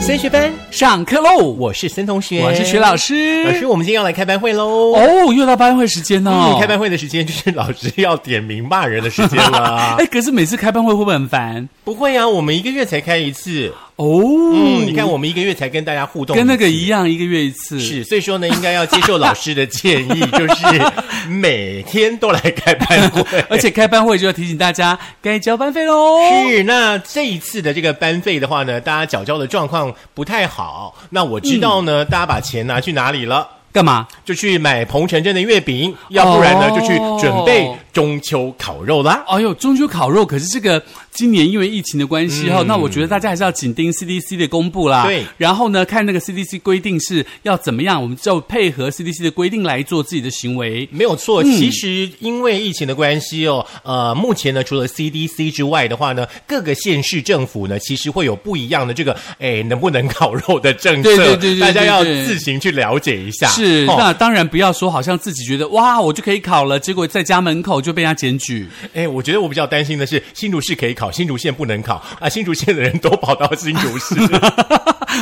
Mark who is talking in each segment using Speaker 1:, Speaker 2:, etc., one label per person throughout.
Speaker 1: 森学班
Speaker 2: 上课喽！
Speaker 1: 我是森同学，
Speaker 2: 我是徐老
Speaker 1: 师。老
Speaker 2: 师。
Speaker 1: 师，我们今天要来开班会喽。
Speaker 2: 哦，又到班会时间哦
Speaker 1: 嗯，。开班会的时间就是老师要点名骂人的时间了
Speaker 2: 哎，。可是每次开班会会不会很烦？
Speaker 1: 不会啊，我们一个月才开一次。
Speaker 2: 哦，
Speaker 1: 嗯，你看我们一个月才跟大家互动，
Speaker 2: 跟那个一。样，一个月一次。
Speaker 1: 是，所以说呢，应该要接受老师的建议，就是每天都来开班 会。
Speaker 2: 而且开班会就要提醒大家该交班费喽。
Speaker 1: 是，那这一次的这个班费的话呢，大家缴交的状况不太好。那我知道呢，大家把钱拿去哪里了？
Speaker 2: 干嘛？
Speaker 1: 就去买彭城镇的月饼，要不然呢、
Speaker 2: 哦
Speaker 1: 就去准备中秋烤肉啦。
Speaker 2: 哎呦，中秋烤肉，可是这个今年因为疫情的关系哈、那我觉得大家还是要紧盯 CDC 的公布啦。
Speaker 1: 嗯对
Speaker 2: 然后呢，看那个 CDC 规定是要怎么样，我们就配合 CDC 的规定来做自己的行为。
Speaker 1: 没有错，
Speaker 2: 嗯
Speaker 1: 其实因为疫情的关系哦，呃，目前呢，除了 CDC 之外的话呢，各个县市政府呢，其实会有不一样的这个，哎，能不能烤肉的政策，
Speaker 2: 对对对对对
Speaker 1: 大家要
Speaker 2: 对
Speaker 1: 自行去了解一下。
Speaker 2: 是，
Speaker 1: 哦
Speaker 2: 那当然不要说好像自己觉得哇，我就可以考了，结果在家门口就被人家检举。
Speaker 1: 哎，我觉得我比较担心的是，新竹市可以考，新竹县不能考 啊！新竹县的人都跑到新竹 市，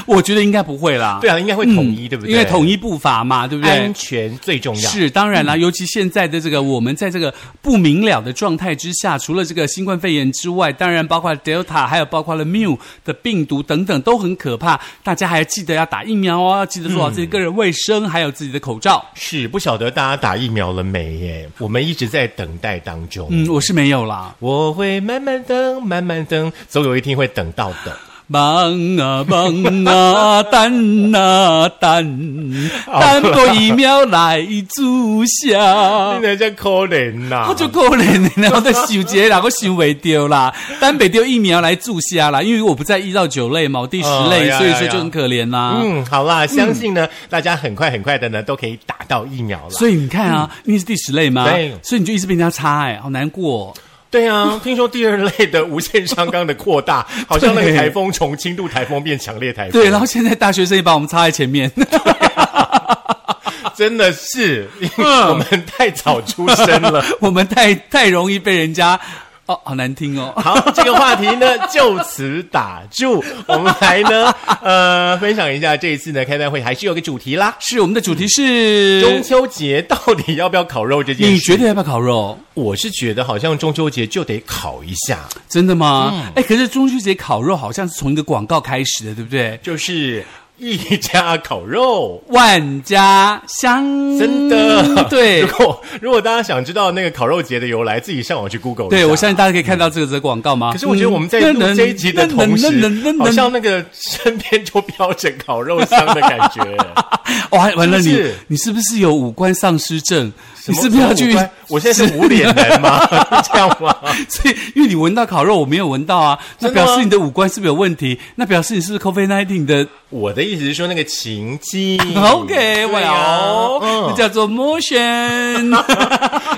Speaker 2: 我觉得应该不会啦，
Speaker 1: 对啊，应该会
Speaker 2: 嗯，
Speaker 1: 统一，对不对？
Speaker 2: 因为统
Speaker 1: 一
Speaker 2: 一步伐嘛，对不对
Speaker 1: 安？全最重要。
Speaker 2: 是，当然啦，嗯尤其现在的这个，我们在这个不明了的状态之下，除了这个新冠肺炎之外，当然包括 Delta，还有包括了 Mu 的病毒等等，都很可怕。大家还记得要打疫苗哦，要记得做好自己个人卫生，还有自己的口罩。
Speaker 1: 是，不晓得大家打疫苗了没？耶，我们一直在等待当中。
Speaker 2: 嗯，我是没有啦，
Speaker 1: 我会慢慢等，慢慢等，总有一天会等到的。
Speaker 2: 忙啊忙 啊，等啊 等，等多疫苗来注射
Speaker 1: 真。的叫可怜呐、
Speaker 2: 啊我就可怜的，然后在想一 个啦，我想袂掉啦，单北丢疫苗来注虾啦，因为我不在一到九类嘛，我第十
Speaker 1: 哦
Speaker 2: 类，
Speaker 1: 呀
Speaker 2: 所以
Speaker 1: 呀
Speaker 2: 说
Speaker 1: 呀
Speaker 2: 就很可怜啦。
Speaker 1: 嗯，好啦，相信呢，大家很快很快的呢，都可以打到疫苗了。
Speaker 2: 所以你看啊，你是第十类吗
Speaker 1: 嗯对？
Speaker 2: 所以你就一直被人家插，哎，好难过哦。
Speaker 1: 对啊，听说第二类的无限上纲的扩大，好像那个
Speaker 2: 对
Speaker 1: 台风从轻度台风变强烈台风，
Speaker 2: 对，然后现在大学生也把我们插在前 面，
Speaker 1: 真的是
Speaker 2: 嗯
Speaker 1: 我们太早出生了。
Speaker 2: 我们太太容易被人家哦，好难听 哦。
Speaker 1: 好，这个话题呢就此打住。我们来呢， 呃，分享一下这一次呢开班会还是有个主题啦。
Speaker 2: 是我们的主题是
Speaker 1: 中秋节到底要不要烤肉这件事？
Speaker 2: 你觉得？要不要烤肉？
Speaker 1: 我是觉得好像中秋节就得烤一下，
Speaker 2: 真的吗？哎、可是中秋节烤肉好像是从一个广告开始的，对不对？
Speaker 1: 就是一家烤肉。
Speaker 2: 万家香，
Speaker 1: 真的，
Speaker 2: 对
Speaker 1: 如。果如果大家想知道那个烤肉节的由来，自己上网去 Google 一下
Speaker 2: 对，我相信大家可以看到这个这个广告吗？
Speaker 1: 可是我觉得我们在录这一集的同时，好像那个身边就飘着烤肉香的感觉。
Speaker 2: 哇，完了
Speaker 1: 是不
Speaker 2: 你
Speaker 1: 是，
Speaker 2: 你是不是有五官丧失症？你是
Speaker 1: 什
Speaker 2: 不是
Speaker 1: 么
Speaker 2: 要去
Speaker 1: 什么？五官我现在是无脸男 吗？这样吗？
Speaker 2: 所以，因为你闻到烤肉，我没有闻到啊，那
Speaker 1: 真的吗
Speaker 2: 表示你的五官是不是有问题？那表示你是不是 COVID nineteen 的
Speaker 1: 我的意思是说那个情境。
Speaker 2: ？OK，
Speaker 1: 对
Speaker 2: 哇
Speaker 1: 啊
Speaker 2: 哦，那
Speaker 1: 嗯
Speaker 2: 叫做 motion。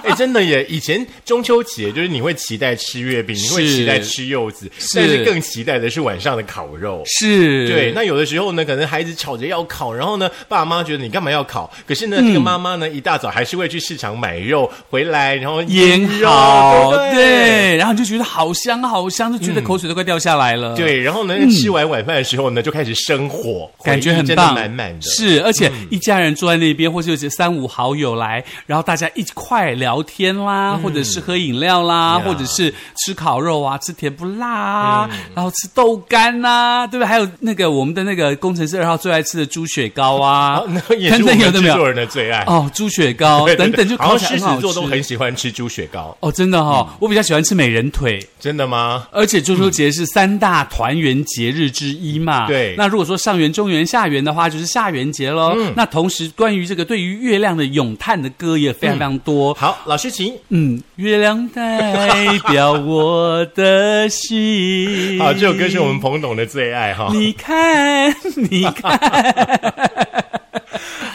Speaker 1: 哎，真的耶！以前中秋节就是你会期待吃月饼，你会
Speaker 2: 是
Speaker 1: 期待吃柚子，
Speaker 2: 是
Speaker 1: 但是更期待的是晚上的烤肉。
Speaker 2: 是，
Speaker 1: 对，那有的时候呢，可能孩子吵着要烤，然后呢，爸妈觉得你干嘛要烤？可是
Speaker 2: 嗯
Speaker 1: 呢，这个妈妈呢，一大早还是会去市场买肉回来，然后
Speaker 2: 腌
Speaker 1: 肉，
Speaker 2: 好，
Speaker 1: 对不对。嗯
Speaker 2: 然后你就觉得好香好香，就觉得口水都快掉下来了。。
Speaker 1: 对，然后呢，吃完晚饭的时候呢，就开始生火，
Speaker 2: 嗯感觉
Speaker 1: 回忆
Speaker 2: 很
Speaker 1: 真的
Speaker 2: 棒，
Speaker 1: 满满的。嗯
Speaker 2: 是，而且一家人坐在那边，或是有些三五好友来，然后大家一块聊天啦，或者是喝饮料啦，
Speaker 1: 嗯呀嗯
Speaker 2: 或者是吃烤肉啊，吃甜不辣啊，然后吃豆干啊，对不对？还有那个我们的那个工程师二号最爱吃的猪血糕 啊
Speaker 1: 啊，，那也 是我
Speaker 2: 等等有
Speaker 1: 们
Speaker 2: 的
Speaker 1: 制
Speaker 2: 没有
Speaker 1: 作人的最爱。
Speaker 2: 哦，猪血糕
Speaker 1: 对对
Speaker 2: 等
Speaker 1: 对
Speaker 2: 等，就哦
Speaker 1: 好
Speaker 2: 烤
Speaker 1: 像
Speaker 2: 起来
Speaker 1: 狮
Speaker 2: 很好
Speaker 1: 子
Speaker 2: 吃
Speaker 1: 座都很嗯喜欢吃猪血糕，
Speaker 2: 哦，真的哈、哦，我比较喜欢吃美人腿。
Speaker 1: 真的吗？
Speaker 2: 而且中秋节是三大团圆节日之一嘛。
Speaker 1: 嗯对嗯
Speaker 2: 那如果说上元、中元、下元的话，就是下元节喽。那同时，关于这个对于月亮的咏叹的歌也非常非常多。
Speaker 1: 好，老师请。
Speaker 2: 嗯，月亮代表我的心。
Speaker 1: 好，啊这首歌是我们。彭董的最爱哈。
Speaker 2: 你看，你看，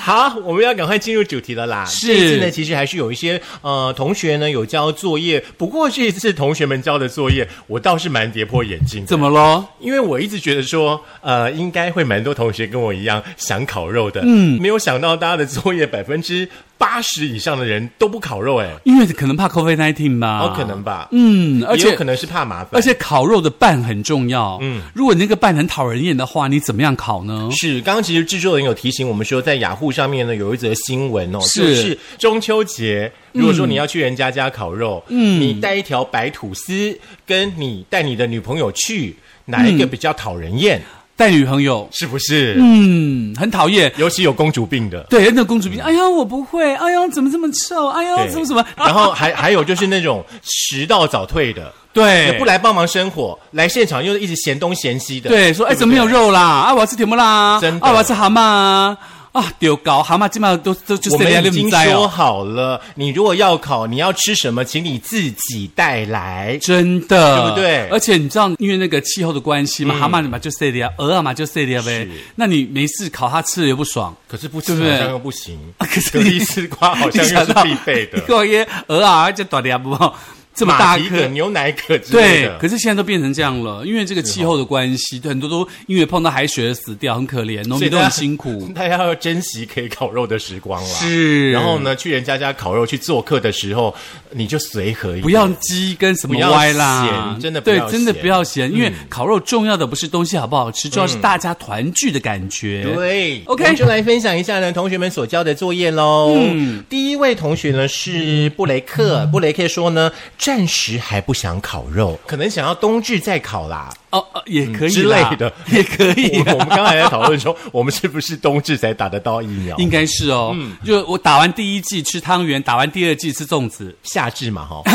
Speaker 1: 好，我们要赶快进入主题了啦。
Speaker 2: 是
Speaker 1: 这一次呢，其实还是有一些呃同学呢有交作业，不过这一次同学们交的作业，我倒是蛮跌破眼镜的
Speaker 2: 怎。么喽？
Speaker 1: 因为我一直觉得说，呃，应该会蛮多同学跟我一样想烤肉的，嗯，没有想到大家的作业百分之八十以上的人都不烤肉、哎、
Speaker 2: 因为可能怕 COVID nineteen 吧，
Speaker 1: 哦，可，能吧，
Speaker 2: 嗯，而
Speaker 1: 也有
Speaker 2: 且
Speaker 1: 可能是怕麻烦
Speaker 2: 而。且烤肉的拌很重要，嗯，如果你那个拌很讨人厌的话，你怎么样烤呢？
Speaker 1: 是，刚刚其实制作人有提醒我们说，在雅虎上面呢有一则新闻哦，
Speaker 2: 是
Speaker 1: 就是中秋节，如果说你要去人家家烤肉，嗯，你带一条白吐司，跟你带你的女朋友去，哪一个比较讨人厌？
Speaker 2: 带女朋友，
Speaker 1: 是不是？
Speaker 2: 嗯，很讨厌。
Speaker 1: 尤其有公主病的。
Speaker 2: 对，那公主病，哎呀，我不会，哎呀，怎么这么臭，哎呀，
Speaker 1: 对
Speaker 2: 怎么什么， 啊
Speaker 1: 然后还还有就是那种迟到早退的，也
Speaker 2: 对，
Speaker 1: 不来帮忙生火，来现场又一直嫌东嫌西的。
Speaker 2: 对，说哎，怎么没有
Speaker 1: 对
Speaker 2: 肉啦？啊，我要吃甜不啦？
Speaker 1: 真的
Speaker 2: 啊，我要吃蛤蟆啊！啊，丢搞蛤蟆，基本上都都就
Speaker 1: 我
Speaker 2: 是
Speaker 1: 们已经
Speaker 2: 在
Speaker 1: 说
Speaker 2: 哦。
Speaker 1: 好了，你如果要烤，你要吃什么，请你自己带来。
Speaker 2: 真的，
Speaker 1: 对不对嗯
Speaker 2: 而且你知道，因为那个气候的关系嘛，蛤蟆嘛就塞利亚，鹅啊嘛就塞利亚呗
Speaker 1: 是。
Speaker 2: 那你没事烤它吃了又不爽，
Speaker 1: 可是不吃
Speaker 2: 对
Speaker 1: 好
Speaker 2: 不对啊
Speaker 1: 像又不行，
Speaker 2: 可是
Speaker 1: 可
Speaker 2: 你
Speaker 1: 是丝瓜好像
Speaker 2: 你
Speaker 1: 又
Speaker 2: 想
Speaker 1: 是
Speaker 2: 到
Speaker 1: 必备
Speaker 2: 一
Speaker 1: 的，
Speaker 2: 个耶鹅啊就短的不好，这么
Speaker 1: 马
Speaker 2: 大
Speaker 1: 蹄
Speaker 2: 颗
Speaker 1: 可、。牛奶可之类
Speaker 2: 对，
Speaker 1: 的
Speaker 2: 可。是现在都变成这样了，因为这个气候的关系，很多都因为碰到海水而死掉，很可怜，农
Speaker 1: 所
Speaker 2: 哦
Speaker 1: 以
Speaker 2: 民都
Speaker 1: 大
Speaker 2: 很
Speaker 1: 家
Speaker 2: 辛苦。啊
Speaker 1: 大家要珍惜可以烤肉的时光啦。
Speaker 2: 是
Speaker 1: 然后呢，去人家家烤肉去做客的时候，你就随和一点，
Speaker 2: 不要鸡跟什么歪啦，
Speaker 1: 不要咸真的不
Speaker 2: 对
Speaker 1: 要，咸嗯
Speaker 2: 真的不要咸，因为烤肉重要的不是东西好不好吃，重要是大家团聚的感觉。
Speaker 1: 对
Speaker 2: OK
Speaker 1: 哎我们就来分享一下呢同学们所交的作业喽。嗯，第一位同学呢是布雷克，布雷克说呢，暂时还不想烤肉，可能想要冬至再烤啦。
Speaker 2: 哦，哦也可以
Speaker 1: 之
Speaker 2: 啦
Speaker 1: 类的
Speaker 2: 也可
Speaker 1: 我
Speaker 2: 以啊
Speaker 1: 我们刚才在讨论说，我们是不是冬至才打得到疫苗？
Speaker 2: 应该是哦，
Speaker 1: 嗯
Speaker 2: 就我打完第一季吃汤圆，打完第二季吃粽子。
Speaker 1: 夏至嘛，哈。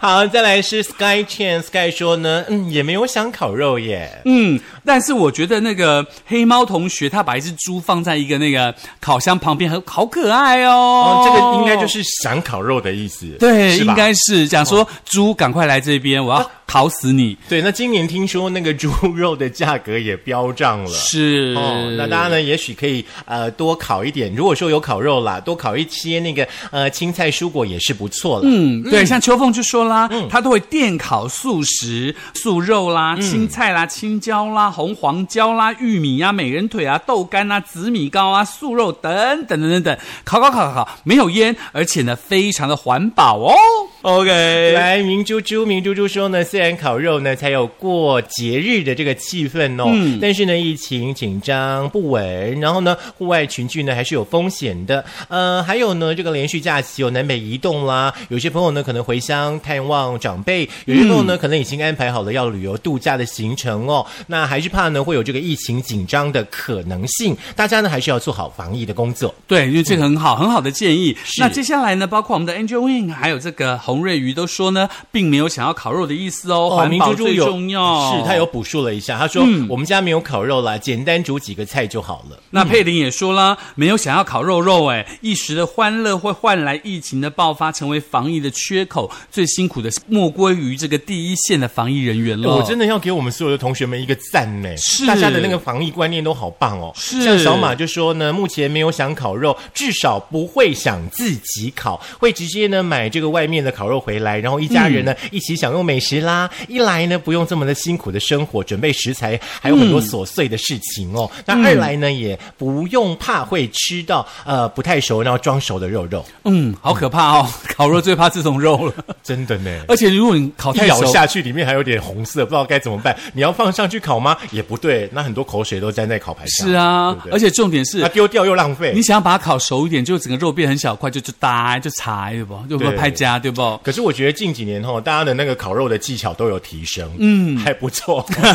Speaker 1: 好，再来是 Sky Chen Sky 说呢，嗯，也没有想烤肉耶。
Speaker 2: 嗯，但是我觉得那个黑猫同学他把一只猪放在一个那个烤箱旁边，很好可爱哦
Speaker 1: 哦，这个应该就是想烤肉的意思，
Speaker 2: 对，
Speaker 1: 是吧哦啊
Speaker 2: 应该是讲说猪赶快来这边，我要烤死你。
Speaker 1: 对。那今年听说那个猪肉的价格也飙涨了。
Speaker 2: 是
Speaker 1: 哦，那大家呢，也许可以呃多烤一点。如果说有烤肉啦，多烤一些那个呃青菜蔬果也是不错啦。
Speaker 2: 嗯，对，像秋凤就说啦，
Speaker 1: 嗯
Speaker 2: 他都会电烤素食、素肉啦、青菜啦、青椒啦、红黄椒啦、玉米呀、美人腿啊、豆干啊、紫米糕啊、素肉等等等等等，烤烤烤烤烤，没有烟，而且呢，非常的环保哦。OK，
Speaker 1: 来，明珠珠，明珠珠说呢，虽然烤肉呢才有过节日的这个气氛哦，但是呢，疫情紧张不稳，然后呢，户外群聚呢还是有风险的。呃，还有呢，这个连续假期有南北移动啦，有些朋友呢可能回乡探望长辈，有些朋友呢、可能已经安排好了要旅游度假的行程哦，那还是怕呢会有这个疫情紧张的可能性，大家呢还是要做好防疫的工作。
Speaker 2: 对，因为这个很好，很好的建议。那接下来呢，包括我们的 Angel Wing 还有这个洪瑞瑜都说呢，并没有想要烤肉的意思哦，环
Speaker 1: 明
Speaker 2: 保
Speaker 1: 珠珠
Speaker 2: 最
Speaker 1: 有
Speaker 2: 重要。嗯
Speaker 1: 是他有补述了一下，他说、我们家没有烤肉啦，简单煮几个菜就好了。
Speaker 2: 那佩林也说啦，没有想要烤肉肉哎，一时的欢乐会换来疫情的爆发，成为防疫的缺口。最辛苦的莫过于这个第一线的防疫人员
Speaker 1: 哎
Speaker 2: 了。
Speaker 1: 我真的要给我们所有的同学们一个赞呢！
Speaker 2: 哦是
Speaker 1: 大家的那个防疫观念都好棒哦。
Speaker 2: 是
Speaker 1: 像小马就说呢，目前没有想烤肉，至少不会想自己烤，会直接呢买这个外面的烤肉回来，然后一家人呢、
Speaker 2: 嗯
Speaker 1: 一起享用美食啦。一来呢不用这么的辛苦的生活，准备食材，还有很多琐碎的事情哦。
Speaker 2: 嗯
Speaker 1: 那二来呢也不用怕会吃到呃不太熟然后装熟的肉肉，
Speaker 2: 嗯，好可 怕哦，烤肉最怕这种肉了。
Speaker 1: 真的呢。
Speaker 2: 而且如果你烤
Speaker 1: 一
Speaker 2: 太
Speaker 1: 咬
Speaker 2: 熟，
Speaker 1: 下去，里面还有点红色，不知道该怎么办。你要放上去烤吗？也不对，那很多口水都粘在烤盘上。
Speaker 2: 是，啊，
Speaker 1: 对不对
Speaker 2: 而且重点是
Speaker 1: 那。丢掉又浪费
Speaker 2: 你。想要把它烤熟一点，就整个肉变很小块，就就搭就裁，对不？就不
Speaker 1: 对
Speaker 2: 拍夹，对不？
Speaker 1: 可是我觉得近几年后，大家的那个烤肉的技巧都有提升，嗯，还不错。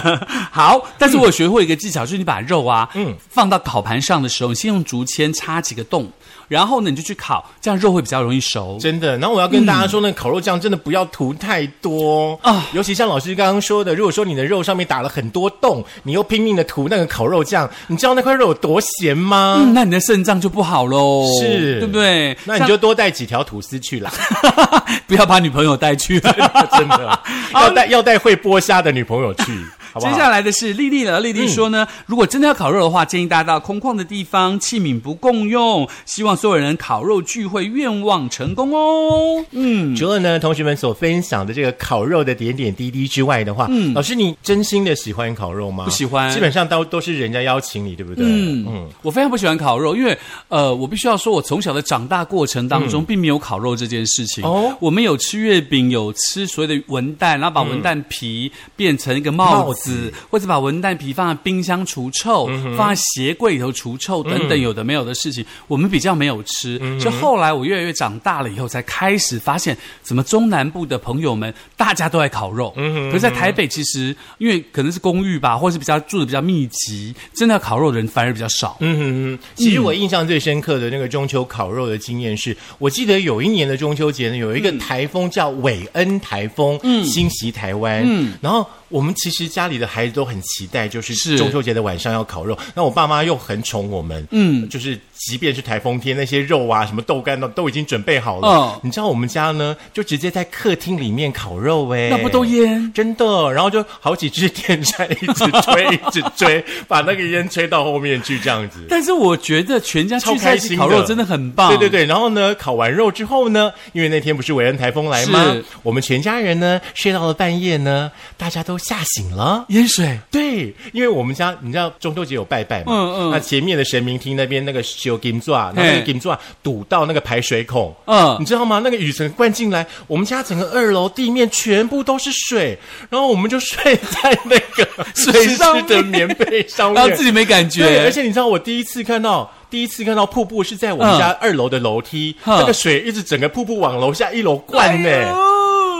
Speaker 2: 好，但是我有学会一个技巧，就是你把肉啊，嗯，放到烤盘上的时候，你先用竹签插几个洞，然后呢，你就去烤，这样肉会比较容易熟。
Speaker 1: 真的。然后我要跟大家说，那个烤肉酱真的不要涂太多
Speaker 2: 啊
Speaker 1: 啊，尤其像老师刚刚说的，如果说你的肉上面打了很多洞，你又拼命的涂那个烤肉酱，你知道那块肉有多咸吗？
Speaker 2: 嗯，那你的肾脏就不好喽，
Speaker 1: 是
Speaker 2: 对不对？
Speaker 1: 那你
Speaker 2: 像
Speaker 1: 就多带几条吐司去啦，
Speaker 2: 不要把女朋友带去。
Speaker 1: 真的要带要带会剥虾的女朋友去。 好嗯不
Speaker 2: 接
Speaker 1: 好？
Speaker 2: 下来的是丽丽了，丽丽说呢，如果真的要烤肉的话，建议大家到空旷的地方，器皿不共用，希望所有人烤肉聚会愿望成功哦。嗯，
Speaker 1: 除了呢，同学们所分享的这个烤肉的点点滴滴之外的话，老师，你真心的喜欢烤肉吗？
Speaker 2: 不喜欢
Speaker 1: 基本上都都是人家邀请你，对不对？
Speaker 2: 嗯我非常不喜欢烤肉，因为呃，我必须要说，我从小的长大过程当中，并没有烤肉这件事情。
Speaker 1: 哦
Speaker 2: 我们有吃月饼，有吃所谓的文旦，然后把文旦皮变成一个嗯帽
Speaker 1: 帽
Speaker 2: 子，或者把文旦皮放在冰箱除臭，
Speaker 1: 嗯
Speaker 2: 放在鞋柜里头除臭等等，有的没有的事情，我们比较没有吃。
Speaker 1: 嗯
Speaker 2: 就后来我越来越长大了以后，才开始发现，怎么中南部的朋友们大家都爱烤肉，
Speaker 1: 嗯
Speaker 2: 可是在台北其实因为可能是公寓吧，或是比较住的比较密集，真的要烤肉的人反而比较少。
Speaker 1: 嗯哼哼，其实我印象最深刻的那个中秋烤肉的经验是，我记得有一年的中秋节呢，有一个台风叫韦恩台风，嗯，侵袭台湾，嗯，然后我们其实家里的孩子都很期待，就是
Speaker 2: 是
Speaker 1: 中秋节的晚上要烤肉，那我爸妈又很宠我们，嗯，就是即便是台风天，那些肉啊，什么豆干都都已经准备好了，
Speaker 2: 嗯
Speaker 1: 你知道我们家呢，就直接在客厅里面烤肉、哎，
Speaker 2: 那不都烟
Speaker 1: 真的，然后就好几支电扇一直吹，一直吹，把那个烟吹到后面去，这样 子。
Speaker 2: 但是我觉得全家
Speaker 1: 超
Speaker 2: 聚在
Speaker 1: 开
Speaker 2: 一起
Speaker 1: 心
Speaker 2: 烤肉真的很棒。
Speaker 1: 对对对，然后呢，烤完肉之后呢，因为那天不是韦恩台风来吗
Speaker 2: 是？
Speaker 1: 我们全家人呢睡到了半夜呢，大家都吓醒了。
Speaker 2: 对，烟水。
Speaker 1: 对，因为我们家你知道中秋节有拜拜嘛，
Speaker 2: 嗯嗯
Speaker 1: 那前面的神明厅那边那个修金钻，那个
Speaker 2: 嘿
Speaker 1: 金钻堵到那个排水孔，
Speaker 2: 嗯
Speaker 1: 你知道吗？那个雨层灌进来，我们家整个二楼地面全部都是水，然后我们就睡在那 个
Speaker 2: 水上
Speaker 1: 湿
Speaker 2: 面
Speaker 1: 的棉被 上面，
Speaker 2: 然后自己没感觉哎
Speaker 1: 对，而且你知道，我第一次看到，第一次看到瀑布是在我们家二楼的楼梯，
Speaker 2: 嗯
Speaker 1: 那个水一直整个瀑布往楼下一楼灌呢、
Speaker 2: 哎呦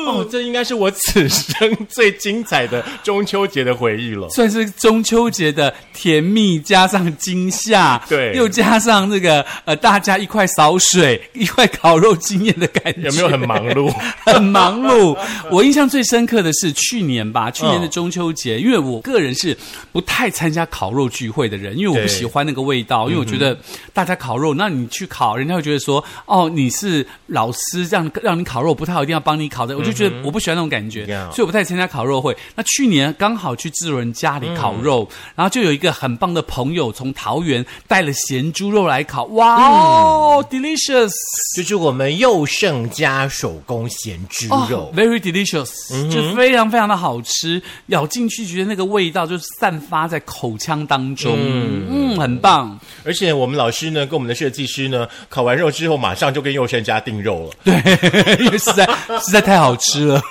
Speaker 1: 哦，这应该是我此生最精彩的中秋节的回忆了。
Speaker 2: 算是中秋节的甜蜜，加上惊吓，
Speaker 1: 对
Speaker 2: 又加上那个呃，大家一块扫水，一块烤肉经验的感觉，
Speaker 1: 有没有很忙啊 碌？
Speaker 2: 很忙碌。我印象最深刻的是去年吧，去年的中秋节，因为我个人是不太参加烤肉聚会的人，因为我不
Speaker 1: 对
Speaker 2: 喜欢那个味道，因为我觉得大家烤肉，那你去烤，人家会觉得说，哦，你是老师，让让你烤肉，不太好，一定要帮你烤的，我就觉得我不喜欢那种感觉，
Speaker 1: Yeah
Speaker 2: 所以我不太参加烤肉会。那去年刚好去志伦家里烤肉，然后就有一个很棒的朋友从桃园带了咸猪肉来烤，哇哦、d e l i c i o u s
Speaker 1: 就是我们佑胜家手工咸猪肉。嗯
Speaker 2: v e r y delicious，、就非常非常的好吃，咬进去觉得那个味道就是散发在口腔当中，嗯很棒。
Speaker 1: 而且我们老师呢，跟我们的设计师呢，烤完肉之后马上就跟佑胜家订 肉了。
Speaker 2: 对，因为实在 实在太好 吃了。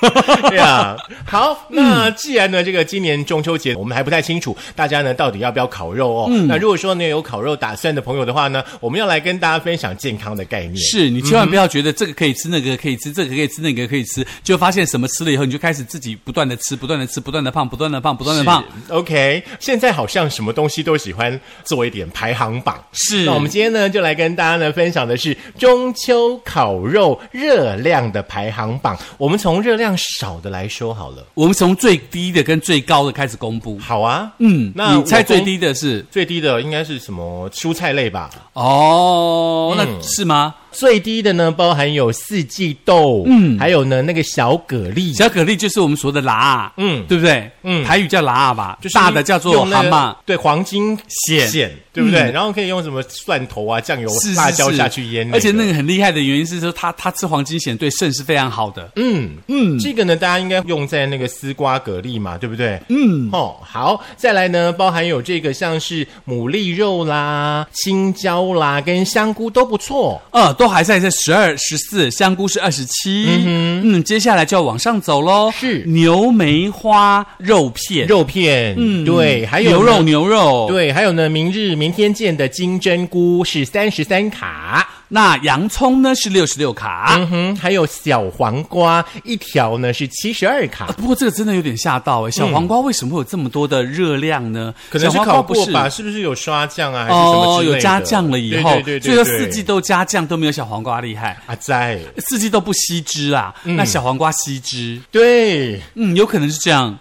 Speaker 1: 对啊，好，
Speaker 2: 嗯
Speaker 1: 那既然呢，这个今年中秋节我们还不太清楚大家呢到底要不要烤肉哦。
Speaker 2: 嗯
Speaker 1: 那如果说呢有烤肉打算的朋友的话呢，我们要来跟大家分享健康的概念。
Speaker 2: 是你千万
Speaker 1: 嗯
Speaker 2: 不要觉得这个可以吃，那个可以吃，这个可以吃，那个可以吃，就发现什么吃了以后，你就开始自己不断的吃，不断的吃，不断的胖，不断的胖，不断的胖。
Speaker 1: OK，现在好像什么东西都喜欢做一点排行榜。
Speaker 2: 是
Speaker 1: 那我们今天呢，就来跟大家呢分享的是中秋烤肉热量的排行榜。我们从热量少的来说好了。
Speaker 2: 我们从最低的跟最高的开始公布。
Speaker 1: 好啊，
Speaker 2: 嗯，
Speaker 1: 那
Speaker 2: 你猜
Speaker 1: 我公
Speaker 2: 最低的是
Speaker 1: 最低的应该是什么蔬菜类吧？
Speaker 2: 哦，那
Speaker 1: 嗯
Speaker 2: 是吗？
Speaker 1: 最低的呢，包含有四季豆，嗯，还有呢那个小蛤蜊，
Speaker 2: 小蛤蜊就是我们说的喇，
Speaker 1: 嗯
Speaker 2: 嗯，对不对？
Speaker 1: 嗯
Speaker 2: 嗯，台语叫喇吧，
Speaker 1: 就是
Speaker 2: 大的叫做
Speaker 1: 用那
Speaker 2: 蛤
Speaker 1: 个
Speaker 2: 蟆，
Speaker 1: 对，黄金
Speaker 2: 蚬
Speaker 1: 对不对？
Speaker 2: 嗯
Speaker 1: 然后可以用什么蒜头啊、酱油、
Speaker 2: 是是
Speaker 1: 辣椒
Speaker 2: 是
Speaker 1: 下去腌、
Speaker 2: 而且那个很厉害的原因是说它，它吃黄金蚬对肾是非常好的。
Speaker 1: 嗯嗯，这个呢，大家应该用在那个丝瓜蛤蜊嘛，对不对？嗯，哦，好，再来呢，包含有这个像是牡蛎肉啦、青椒啦，跟香菇都不错。
Speaker 2: 呃，都还在这十二、十四，香菇是二十七，嗯，接下来就要往上走喽。
Speaker 1: 是
Speaker 2: 牛梅花肉片，
Speaker 1: 肉片，嗯，对，还有
Speaker 2: 牛
Speaker 1: 呢
Speaker 2: 肉，牛肉。，
Speaker 1: 对，还有呢，明日明天见的金针菇是三十三卡。
Speaker 2: 那洋葱呢是六十六卡。
Speaker 1: 嗯哼，还有小黄瓜一条呢是七十二卡，
Speaker 2: 啊不过这个真的有点吓到哎、小黄瓜为什么会有这么多的热量呢？
Speaker 1: 嗯可能是
Speaker 2: 小黄瓜
Speaker 1: 烤
Speaker 2: 不
Speaker 1: 过
Speaker 2: 是
Speaker 1: 吧？是不是有刷酱啊，还是什么
Speaker 2: 哦，
Speaker 1: 之类的？
Speaker 2: 有加酱了以后，
Speaker 1: 对对对对
Speaker 2: 所以说四季豆加酱都没有小黄瓜厉害。
Speaker 1: 啊在
Speaker 2: 四季豆不吸汁啊，那小黄瓜吸汁，
Speaker 1: 对，
Speaker 2: 嗯，有可能是这样。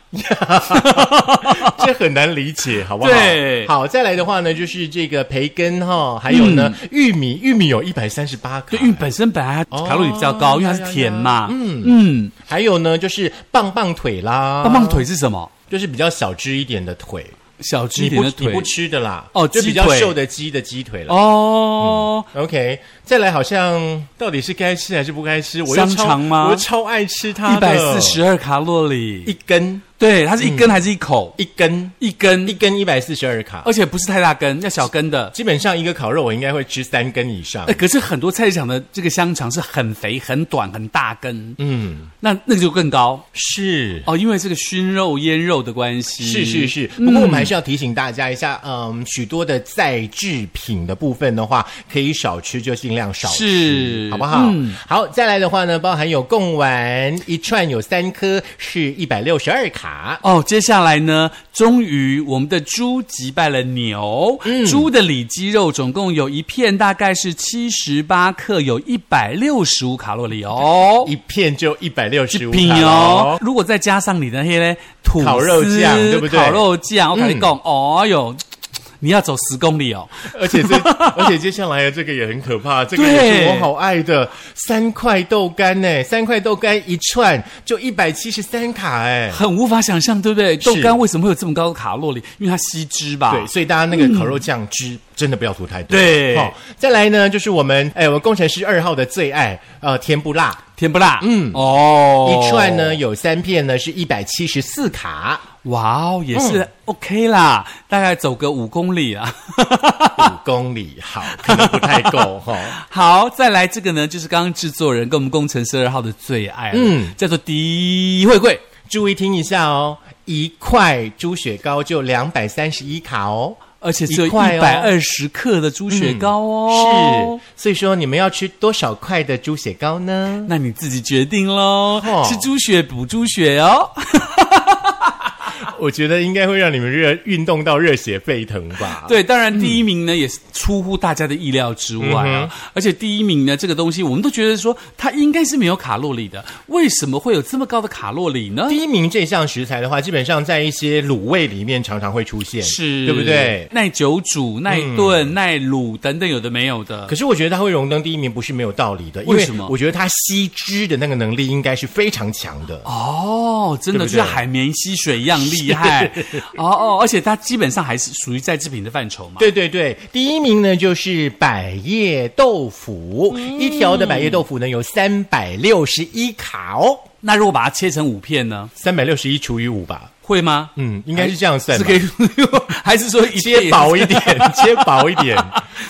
Speaker 1: 这很难理解，好不好？
Speaker 2: 对
Speaker 1: 好，再来的话呢，就是这个培根哈、还有呢、玉米，玉米有一百三十八卡
Speaker 2: 嗯对，，因为本身本来它卡路里比较高，
Speaker 1: 哦
Speaker 2: 因为它是甜嘛。
Speaker 1: 呀呀呀
Speaker 2: 嗯嗯，啊
Speaker 1: 还有呢就是棒棒腿啦，
Speaker 2: 棒棒腿是什么？
Speaker 1: 就是比较小只一点的腿，
Speaker 2: 小只
Speaker 1: 你
Speaker 2: 一点
Speaker 1: 不
Speaker 2: 的
Speaker 1: 你
Speaker 2: 腿
Speaker 1: 不吃的啦，
Speaker 2: 哦
Speaker 1: 就比
Speaker 2: 鸡
Speaker 1: 较
Speaker 2: 腿
Speaker 1: 瘦的鸡的鸡腿了。
Speaker 2: 哦，
Speaker 1: OK，再来好像到底是该吃还是不该吃？我又
Speaker 2: 香
Speaker 1: 超
Speaker 2: 肠吗
Speaker 1: 我又超爱吃它
Speaker 2: 一
Speaker 1: 的，
Speaker 2: 百四十二卡路里，
Speaker 1: 一根
Speaker 2: 对，它是一根还是一口？
Speaker 1: 一根
Speaker 2: 一根嗯
Speaker 1: 一，根一百四十二卡，
Speaker 2: 而且不是太大根，要小根的。
Speaker 1: 基本上一个烤肉我应该会吃三根以上
Speaker 2: 哎，。可是很多菜市场的这个香肠是很肥、很短、很大根，
Speaker 1: 嗯，
Speaker 2: 那那个就更高
Speaker 1: 是。
Speaker 2: 哦，因为这个熏肉、腌肉的关系。
Speaker 1: 是是是，
Speaker 2: 嗯
Speaker 1: 不过我们还是要提醒大家一下，嗯，许多的再制品的部分的话，可以少吃就尽量少吃，
Speaker 2: 是
Speaker 1: 好不好？
Speaker 2: 嗯
Speaker 1: 好，再来的话呢，包含有贡丸一串有三颗，是一百六十二卡。
Speaker 2: 哦，接下来呢，终于我们的猪击败了牛。
Speaker 1: 嗯
Speaker 2: 猪的里脊肉总共有一片，大概是七十八克，有一百六十五卡路里哦。
Speaker 1: 一片就一百六十五
Speaker 2: 品
Speaker 1: 卡
Speaker 2: 哦
Speaker 1: 哦，，
Speaker 2: 如果再加上你的那些吐司
Speaker 1: 烤肉酱对不对嗯
Speaker 2: 烤肉酱，我跟你讲，哦哟，你要走十公里哦，
Speaker 1: 而且 这而且接下来的这个也很可怕，这个
Speaker 2: 对
Speaker 1: 也是我好爱的三块豆干呢，三块豆干一串就一百七十三卡哎。
Speaker 2: 很无法想象，对不对？
Speaker 1: 是
Speaker 2: 豆干为什么会有这么高的卡路里？因为它吸脂吧。
Speaker 1: 对，所以大家那个烤肉酱汁真的不要涂太多。
Speaker 2: 嗯对
Speaker 1: 好、再来呢，就是我们哎，我工程师二号的最爱，呃，甜不辣，
Speaker 2: 甜不辣。
Speaker 1: 嗯
Speaker 2: 哦，
Speaker 1: 一串呢有三片呢是一百七十四卡，
Speaker 2: 哇哦，也
Speaker 1: 嗯
Speaker 2: 是 OK 啦，大概走个五公里啊。
Speaker 1: 五公里，好，可能不太够 哈、
Speaker 2: 好，再来这个呢，就是刚刚制作人跟我们工程师二号的最爱，嗯
Speaker 1: 嗯，
Speaker 2: 叫做迪慧慧。
Speaker 1: 注意听一下哦，一块猪血糕就两百三十一卡哦。
Speaker 2: 而且只有一
Speaker 1: 一块哦
Speaker 2: 百二十克的猪血糕哦，
Speaker 1: 是，所以说你们要吃多少块的猪血糕呢？
Speaker 2: 那你自己决定喽
Speaker 1: 哦，
Speaker 2: 吃猪血补猪血哦。
Speaker 1: 啊我觉得应该会让你们热运动到热血沸腾吧。
Speaker 2: 对，当然第一名呢、也是出乎大家的意料之外
Speaker 1: 嗯
Speaker 2: 啊、而且第一名呢这个东西，我们都觉得说它应该是没有卡路里的，为什么会有这么高的卡路里呢？
Speaker 1: 第一名这项食材的话，基本上在一些卤味里面常常会出现，
Speaker 2: 是
Speaker 1: 对不对？嗯
Speaker 2: 耐久煮、耐炖、耐卤等等，有的没有的
Speaker 1: 可。是我觉得它会荣登第一名不是没有道理的，因
Speaker 2: 为什么
Speaker 1: 我觉得它吸汁的那个能力应该是非常强的。
Speaker 2: 哦，真的
Speaker 1: 对不对
Speaker 2: 就像海绵吸水一样厉 害哦哦，而且它基本上还是属于在制品的范畴嘛。
Speaker 1: 对对对，第一名呢就是百叶豆腐，一条的百叶豆腐呢有三百六十一卡哦，
Speaker 2: 那如果把它切成五片呢，
Speaker 1: 三百六十一除以五吧，
Speaker 2: 会吗？
Speaker 1: 嗯，应该是这样算
Speaker 2: 是
Speaker 1: 吧
Speaker 2: 可。以， 还是说一 片
Speaker 1: 切薄一点， 切薄一点，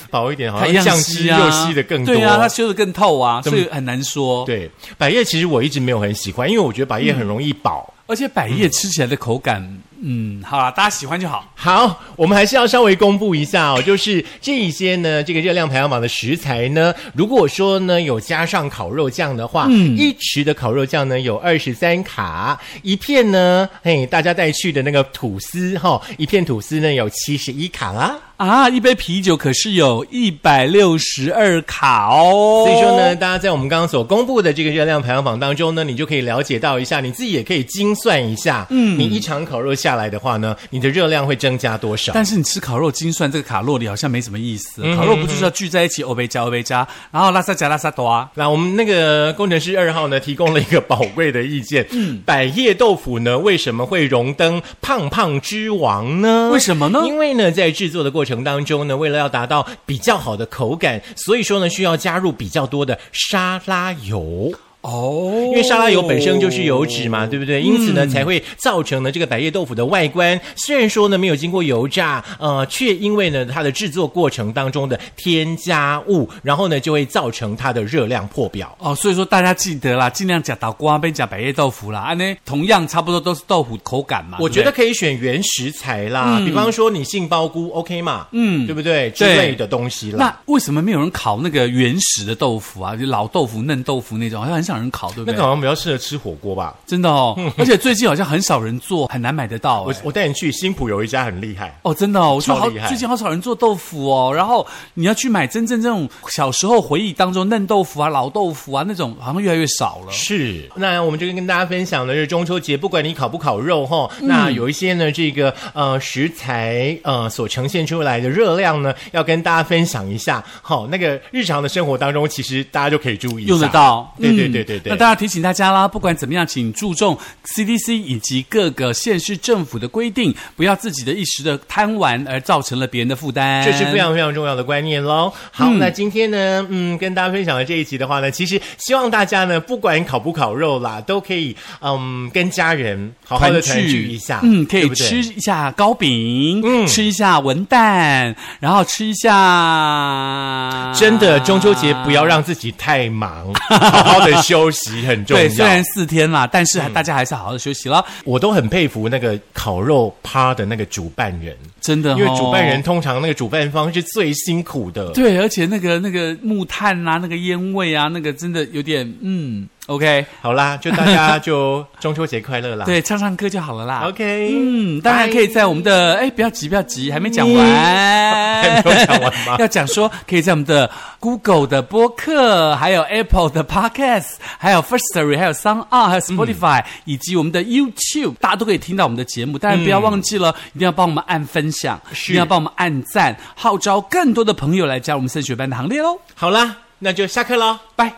Speaker 1: 薄一点，好
Speaker 2: 它一
Speaker 1: 像
Speaker 2: 样
Speaker 1: 酱
Speaker 2: 吸
Speaker 1: 汁
Speaker 2: 啊，
Speaker 1: 又吸的更多。
Speaker 2: 对啊，它修的更透啊，所
Speaker 1: 么
Speaker 2: 以很难说。，
Speaker 1: 对百叶其实我一直没有很喜欢，因为我觉得百叶很容易饱。
Speaker 2: 而且百叶吃起来的口感，嗯，好啦，大家喜欢就好。
Speaker 1: 好，我们还是要稍微公布一下哦，就是这一些呢，这个热量排行榜的食材呢，如果说呢有加上烤肉酱的话，一匙的烤肉酱呢有二十三卡，一片呢，嘿，大家带去的那个吐司哈、一片吐司呢有七十一卡啦。
Speaker 2: 啊，一杯啤酒可是有一百六十二卡哦，
Speaker 1: 所以说呢，大家在我们刚刚所公布的这个热量排行榜当中呢，你就可以了解到一下，你自己也可以精算一下，嗯，你一场烤肉下来的话呢，你的热量会增加多少？
Speaker 2: 但是你吃烤肉精算这个卡路里好像没什么意思，烤肉不就是要聚在一起欧贝加欧贝加，然后拉萨加拉萨多啊。
Speaker 1: 那我们那个工程师二号呢，提供了一个宝贵的意见。嗯，百叶豆腐呢，为什么会荣登胖胖之王呢？
Speaker 2: 为什么呢
Speaker 1: 因为呢，在制作的过程当中呢，为了要达到比较好的口感，所以说呢，需要加入比较多的沙拉油。
Speaker 2: 哦，嗯
Speaker 1: 因为沙拉油本身就是油脂嘛，对不对？因此呢，才会造成呢这个百叶豆腐的外观，虽然说呢没有经过油炸，呃，却因为呢它的制作过程当中的添加物，然后呢就会造成它的热量破表。
Speaker 2: 哦，所以说大家记得啦，尽量加倒瓜，别加百叶豆腐啦，安呢同样差不多都是豆腐口感嘛。
Speaker 1: 我
Speaker 2: 对
Speaker 1: 觉
Speaker 2: 不
Speaker 1: 得
Speaker 2: 对
Speaker 1: 可以选原食材啦，比方说你杏鲍菇，OK 嘛，嗯，对不对？之
Speaker 2: 对
Speaker 1: 类的东西啦。
Speaker 2: 那为什么没有人烤那个原始的豆腐啊？就老豆腐、嫩豆腐那种，好像很少人烤，对不
Speaker 1: 那
Speaker 2: 对？
Speaker 1: 个好像比较适合吃火锅吧。
Speaker 2: 真的 哦，而且最近好像很少人做，很难买得到、
Speaker 1: 我
Speaker 2: 哎
Speaker 1: 我带你去新浦有一家很厉害，
Speaker 2: 哦，真的哦，我说
Speaker 1: 超
Speaker 2: 好，
Speaker 1: 厉害
Speaker 2: 最近好少人做豆腐哦。然后你要去买真正这种小时候回忆当中嫩豆腐啊、老豆腐啊那种，好像越来越少了。
Speaker 1: 是，那我们这个跟大家分享的是中秋节，不管你烤不烤肉哈、那有一些呢，这个呃食材呃所呈现出来的热量呢，要跟大家分享一下。好、那个日常的生活当中，其实大家就可以注意一下
Speaker 2: 用得。到，
Speaker 1: 对对
Speaker 2: 嗯
Speaker 1: 对对对
Speaker 2: 那当然提醒大家啦，不管怎么样，请注重 CDC 以及各个县市政府的规定，不要自己的一时的贪玩而造成了别人的负担。
Speaker 1: 这是非常非常重要的观念喽。好，那今天呢，嗯，跟大家分享的这一集的话呢，其实希望大家呢，不管烤不烤肉啦，都可以嗯跟家人好好的团聚一下，
Speaker 2: 嗯，可
Speaker 1: 对
Speaker 2: 以
Speaker 1: 不对
Speaker 2: 吃一下糕饼，
Speaker 1: 嗯
Speaker 2: 吃一下文蛋，然后吃一下。
Speaker 1: 啊真的，中秋节不要让自己太 忙，好好的休息很重
Speaker 2: 对，虽
Speaker 1: 要
Speaker 2: 然。四天啦，但是还
Speaker 1: 嗯
Speaker 2: 大家还是好好的休息了，
Speaker 1: 我都很佩服那个烤肉趴的那个主办人，
Speaker 2: 真的、哦，
Speaker 1: 因为主办人通常那个主办方是最辛苦的。
Speaker 2: 对，而且那个那个木炭啊，那个烟味啊，那个真的有点嗯，OK，
Speaker 1: 好啦，就大家就中秋节快乐啦。
Speaker 2: 对，唱唱歌就好了啦。
Speaker 1: 啊，OK，
Speaker 2: 嗯，当然
Speaker 1: 拜
Speaker 2: 可以在我们的哎，不要急，不要急，还没讲完，
Speaker 1: 嗯 还没有讲完吗
Speaker 2: 要讲说可以在我们的 Google 的播客，还有 Apple 的 Podcast，还有 First Story，还有 Sound On，还有
Speaker 1: 嗯
Speaker 2: Spotify，、以及我们的 YouTube，大家都可以听到我们的节目。当然不要忘记了，一定要帮我们按分享，
Speaker 1: 是
Speaker 2: 一定要帮我们按赞，号召更多的朋友来加入我们升学班的行列喽！
Speaker 1: 好啦，那就下课喽。
Speaker 2: 拜。